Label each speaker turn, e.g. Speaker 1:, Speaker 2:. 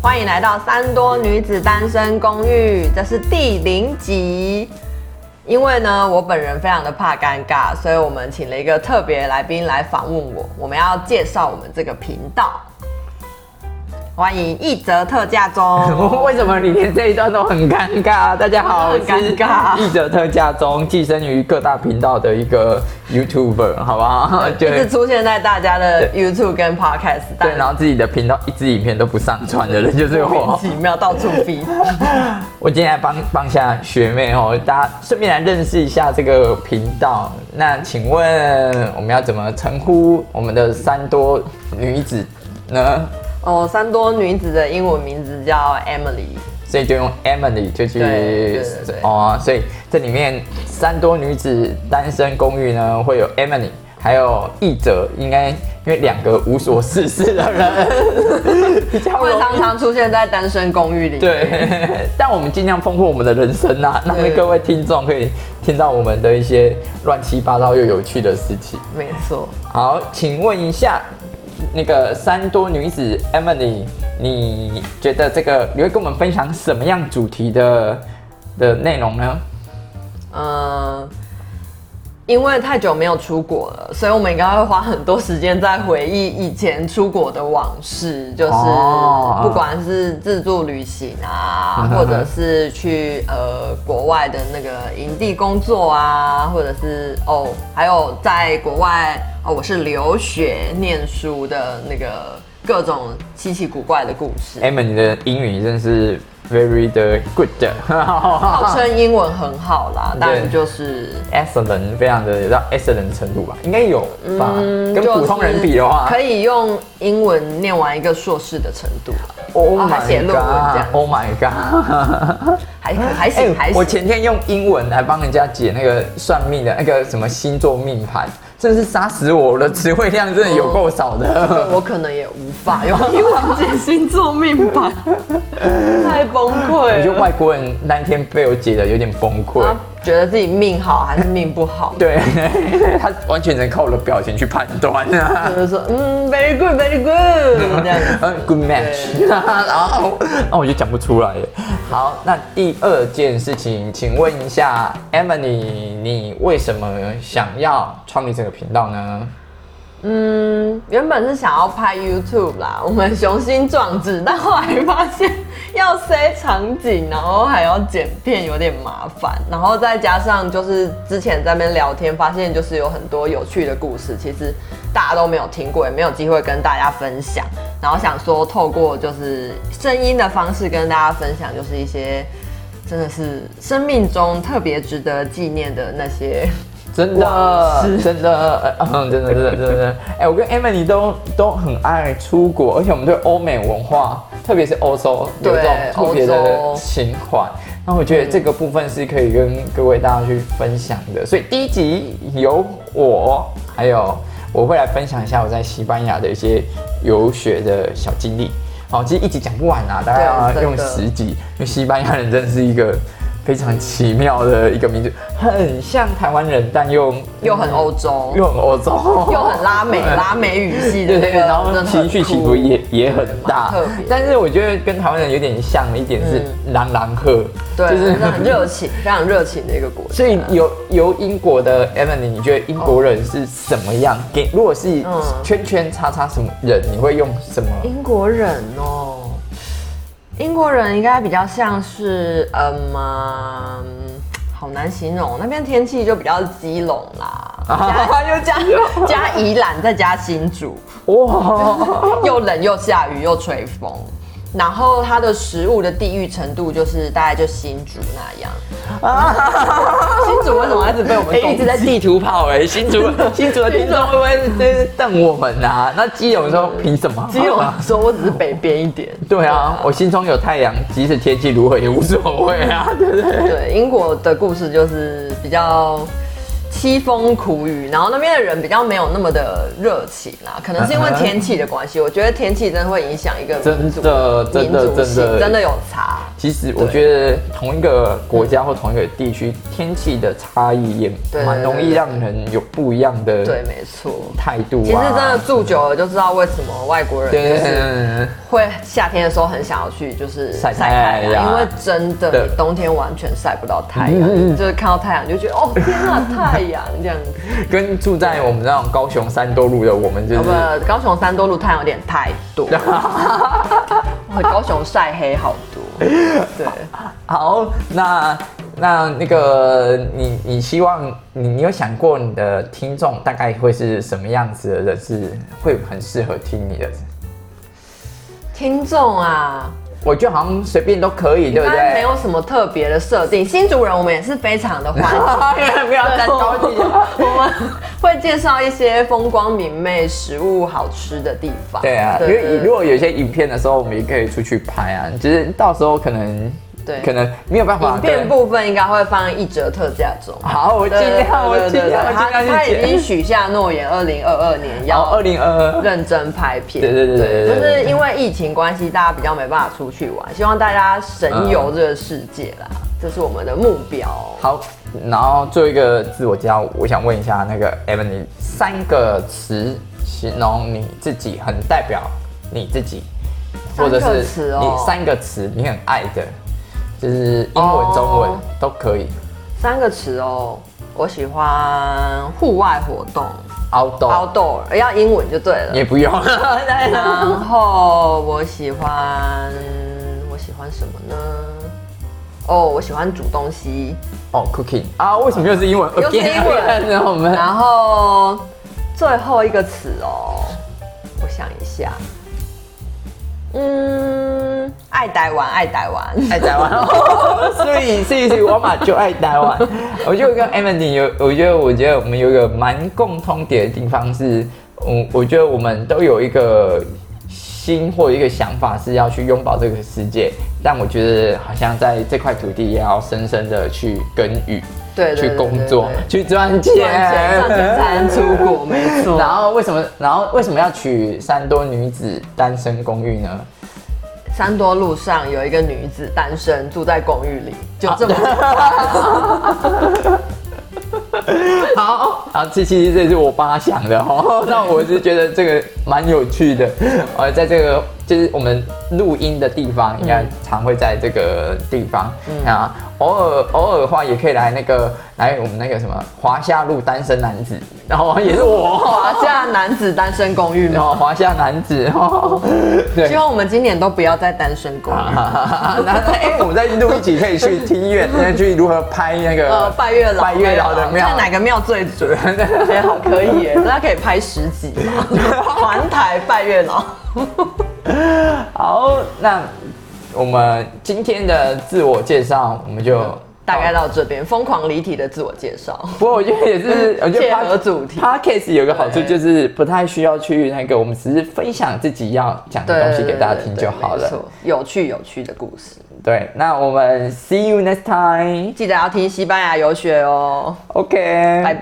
Speaker 1: 欢迎来到三多女子单身公寓，这是第零集。因为呢，我本人非常的怕尴尬，所以我们请了一个特别来宾来访问我。我们要介绍我们这个频道，欢迎一折特价中。
Speaker 2: 为什么你连这一段都很尴尬？大家好，
Speaker 1: 很尴尬
Speaker 2: 我是译者特价中寄生于各大频道的一个 YouTuber，好不好？
Speaker 1: 一直
Speaker 2: 对
Speaker 1: 出现在大家 的 YouTube 跟 Podcast，
Speaker 2: 对，然后自己的频道一支影片都不上传的人就是
Speaker 1: 莫名
Speaker 2: 我
Speaker 1: 其。妙到处 飞。
Speaker 2: 我今天来帮帮一下学妹哦，大家顺便来认识一下这个频道。那请问我们要怎么称呼我们的三多女子呢？
Speaker 1: 哦，三多女子的英文名字叫 Emily，
Speaker 2: 所以就用 Emily 就去
Speaker 1: 对对对对
Speaker 2: 哦，所以这里面三多女子单身公寓呢会有 Emily，还有译者，应该因为两个无所事事 的人比较容
Speaker 1: 会
Speaker 2: 易
Speaker 1: 常常出现在单身公寓里。，
Speaker 2: 对， 但我们尽量丰富我们的人生呐、让
Speaker 1: 对
Speaker 2: 各位听众可以听到我们的一些乱七八糟又有趣的事情。
Speaker 1: 没错。
Speaker 2: 好，请问一下，那个三多女子 Emily，你觉得这个你会跟我们分享什么样主题的的内容呢？
Speaker 1: 嗯，因为太久没有出国了，所以我们应该会花很多时间在回忆以前出国的往事，就是
Speaker 2: 哦
Speaker 1: 不管是自助旅行啊，
Speaker 2: 嗯哼哼
Speaker 1: 或者是去呃国外的那个营地工作啊，或者是哦，还有在国外哦，我是留学念书的那个各种稀奇古怪的故事。
Speaker 2: Emily 你的英语真是 very 的 good，
Speaker 1: 号称英文很好啦，但
Speaker 2: 嗯对
Speaker 1: 就是。
Speaker 2: excellent，非常的到 excellent 程度吧，应该有吧？跟普通人比的
Speaker 1: 嗯
Speaker 2: 话，
Speaker 1: 就是可以用英文念完一个硕士的程度啊
Speaker 2: Oh
Speaker 1: 哦
Speaker 2: my
Speaker 1: 还写论文这样
Speaker 2: god! Oh my god!
Speaker 1: 还还
Speaker 2: 哎
Speaker 1: 行还
Speaker 2: 我
Speaker 1: 行。
Speaker 2: 前天用英文来帮人家解那个算命的那个什么星座命盘，真是杀死我！我的词汇量真的有够少的。
Speaker 1: 我可能也无法用英文解星座命 盘，太崩
Speaker 2: 我
Speaker 1: 溃
Speaker 2: 觉得
Speaker 1: 了。
Speaker 2: 外国人那一天被我解的有点崩溃。
Speaker 1: 啊觉得自己命好还是命不好？
Speaker 2: 对 他完全能靠我的表情去判断啊。
Speaker 1: 就是说，嗯，very good，very good，这样子。
Speaker 2: 呃 Good match，然 后那我就讲不出来了。好，那第二件事情，请问一下，Emily，你为什么想要创立这个频道呢？
Speaker 1: 嗯，原本是想要拍 YouTube 啦，我们雄心壮志，但后来发现要塞场景，然后还要剪片，有点麻烦。然后再加上就是之前在那边聊天，发现就是有很多有趣的故事，其实大家都没有听过，也没有机会跟大家分享。然后想说透过就是声音的方式跟大家分享，就是一些真的是生命中特别值得纪念的那些。
Speaker 2: 真
Speaker 1: 哇
Speaker 2: 的，真的，呃嗯，真的，真的，真的真的。哎、我跟 Emily 都都很爱出国，而且我们对欧美文化，特别是欧洲，有一种
Speaker 1: 对
Speaker 2: 特别
Speaker 1: 欧
Speaker 2: 的
Speaker 1: 洲
Speaker 2: 情怀。那我觉得这个部分是可以跟各位大家去分享的。所以第一集有我，还有我会来分享一下我在西班牙的一些游学的小经历。好，其实一集讲不完啊，大概要
Speaker 1: 对
Speaker 2: 用
Speaker 1: 真的
Speaker 2: 十集，因为西班牙人真的是一个非常奇妙的一个民族，很像台湾人，但又嗯
Speaker 1: 又很欧洲，
Speaker 2: 又很欧洲，
Speaker 1: 又很拉美，拉美语系的那
Speaker 2: 对哦对
Speaker 1: 个，
Speaker 2: 对，然后
Speaker 1: 真的很
Speaker 2: 情绪起
Speaker 1: 酷
Speaker 2: 伏也也很
Speaker 1: 蛮
Speaker 2: 大
Speaker 1: 特别，嗯
Speaker 2: 但是我觉得跟台湾人有点像的一点是朗朗赫，
Speaker 1: 对，
Speaker 2: 就是
Speaker 1: 真的很热情，非常热情的一个国家。
Speaker 2: 所以由由英国的 Emily，你觉得英国人是什么样？给如果是
Speaker 1: 嗯
Speaker 2: 圈圈叉叉什么人，你会用什么？
Speaker 1: 英国人哦，英国人应该比较像是嗯嘛、好难形容，那边天气就比较基隆啦，
Speaker 2: 啊
Speaker 1: 加又加加宜兰，再加新 竹，
Speaker 2: 哇，
Speaker 1: 又冷又下雨又吹风。然后它的食物的地域程度就是大概就新竹那样，新竹为什么一直被我们
Speaker 2: 啊哎、
Speaker 1: 攻
Speaker 2: 一直在
Speaker 1: 击？
Speaker 2: 地图炮 哎、新竹新竹的听众会不会就是瞪我们啊？那基友说凭什么？
Speaker 1: 基隆说，啊我只是北边一点。
Speaker 2: 对啊，我心中有太阳，即使天气 如何也无所谓啊，对不对？
Speaker 1: 对，英国的故事就是比较凄风苦雨，然后那边的人比较没有那么的热情啦，可能是因为
Speaker 2: 嗯哼
Speaker 1: 天气的关系，我觉得天气真的会影响一个
Speaker 2: 真
Speaker 1: 民族
Speaker 2: 的 真的
Speaker 1: 民族
Speaker 2: 真
Speaker 1: 性，
Speaker 2: 的
Speaker 1: 真的有差。
Speaker 2: 其实我觉得同一个国家或同一个地区天气的差异也
Speaker 1: 对
Speaker 2: 蛮容易让人有不一样
Speaker 1: 对，
Speaker 2: 的
Speaker 1: 没错。
Speaker 2: 态度啊。
Speaker 1: 其实真的住久了就知道为什么外国人
Speaker 2: 对
Speaker 1: 就
Speaker 2: 对对
Speaker 1: 是
Speaker 2: 对对
Speaker 1: 会夏天的时候很想要去就是
Speaker 2: 晒
Speaker 1: 晒太
Speaker 2: 太阳
Speaker 1: 阳，因为真的
Speaker 2: 对
Speaker 1: 你冬天完全晒不到太
Speaker 2: 嗯嗯
Speaker 1: 阳，
Speaker 2: 嗯
Speaker 1: 就是看到太阳就觉得哦天啊太阳这样子。
Speaker 2: 跟住在我们那种高雄三多路的我们就
Speaker 1: 要
Speaker 2: 是
Speaker 1: 不，高雄三多路太阳有点太多，我高雄晒黑好多。对，
Speaker 2: 好，那那那个你你希望你你有想过你的听众大概会是什么样子的人是会很适合听你的？
Speaker 1: 听众啊，
Speaker 2: 我觉得好像随便都可以，对
Speaker 1: 应
Speaker 2: 不
Speaker 1: 该没
Speaker 2: 对？
Speaker 1: 有什么特别的设定。新主人我们也是非常的欢迎。
Speaker 2: 不要
Speaker 1: 对
Speaker 2: 站高一点。
Speaker 1: 我们会介绍一些风光明媚、食物好吃的地方。
Speaker 2: 对啊，因
Speaker 1: 对
Speaker 2: 为
Speaker 1: 对
Speaker 2: 如果有些影片的时候，我们也可以出去拍啊，只是到时候可能
Speaker 1: 对
Speaker 2: 可能没有办法
Speaker 1: 影片
Speaker 2: 对
Speaker 1: 部分应该会放一折特价中。
Speaker 2: 好，我尽量，我
Speaker 1: 对对
Speaker 2: 尽
Speaker 1: 对
Speaker 2: 量，我
Speaker 1: 他
Speaker 2: 尽量
Speaker 1: 他
Speaker 2: 去
Speaker 1: 已
Speaker 2: 剪
Speaker 1: 经。许下诺言，二零二二年
Speaker 2: 然后
Speaker 1: 要
Speaker 2: 二零二 二，
Speaker 1: 认真拍片。
Speaker 2: 对对对对对对
Speaker 1: 就是因为疫情关系，大家比较没办法出去玩，希望大家神游这个世界啦，这是我们的目标。
Speaker 2: 好，然后做一个自我介绍，我想问一下那个 Evan，你三个词形容你自己，很代表你自己，或者
Speaker 1: 三个
Speaker 2: 是
Speaker 1: 词哦
Speaker 2: 你三个词你很爱的，就是英文、
Speaker 1: 哦
Speaker 2: 中文都可以。
Speaker 1: 三个词哦，我喜欢户外活动
Speaker 2: Outdoor
Speaker 1: 哦，outdoor，要英文就对了。
Speaker 2: 也不用，
Speaker 1: 然后我喜欢，我喜欢什么呢？哦，我喜欢煮东西，
Speaker 2: 哦，cooking 啊，为什么又是英文？
Speaker 1: 又是英 文
Speaker 2: 然后我们
Speaker 1: 然后最后一个词哦，我想一下，嗯，爱台湾，爱台湾，
Speaker 2: 爱台湾，所以所以所以我嘛就爱台湾。我就跟 Emily 有，我觉得我觉得我们有一个蛮共通点的地方是，嗯，我觉得我们都有一个心或一个想法是要去拥抱这个世界，但我觉得好像在这块土地也要深深的去耕耘，
Speaker 1: 对对对
Speaker 2: 去工作，去赚钱，
Speaker 1: 赚钱赚钱才能出国，没错。
Speaker 2: 然后为什么？然后为什么要取三多女子单身公寓呢？
Speaker 1: 三多路上有一个女子单身住在公寓里，就这么简
Speaker 2: 啊
Speaker 1: 单。
Speaker 2: 好，啊，这其实这是我帮他想的哦。 那我是觉得这个蛮有趣的，呃，在这个就是我们录音的地方，应该常会在这个地方、
Speaker 1: 嗯
Speaker 2: 啊。偶尔偶尔的话，也可以来那个来我们那个什么华夏路单身男子，然后也是我，
Speaker 1: 华夏男子单身公寓
Speaker 2: 然
Speaker 1: 吗？
Speaker 2: 后华夏男子 哦，对
Speaker 1: 希。望我们今年都不要再单身公寓。
Speaker 2: 啊那那哎，我们再录一集可以去听乐，那去如何拍那个
Speaker 1: 呃，拜月老，
Speaker 2: 拜月老的庙啊
Speaker 1: 看，哪个庙最 准？哎，好，可以耶，大家可以拍十集嘛，环台拜月老。
Speaker 2: 好，那我们今天的自我介绍，我们就
Speaker 1: 大概。到这边，疯狂离题的自我介绍。
Speaker 2: 不过我觉得也是， 我觉得
Speaker 1: 切合主题
Speaker 2: p o d c a s 有个好处
Speaker 1: 对
Speaker 2: 就是不太需要去那个，我们只是分享自己要讲的东西给大家听就好
Speaker 1: 没
Speaker 2: 了。
Speaker 1: 错有趣有趣的故事，
Speaker 2: 对，那我们 see you next time。
Speaker 1: 记得要听西班牙游学哦。
Speaker 2: OK，
Speaker 1: 拜
Speaker 2: 拜
Speaker 1: 拜。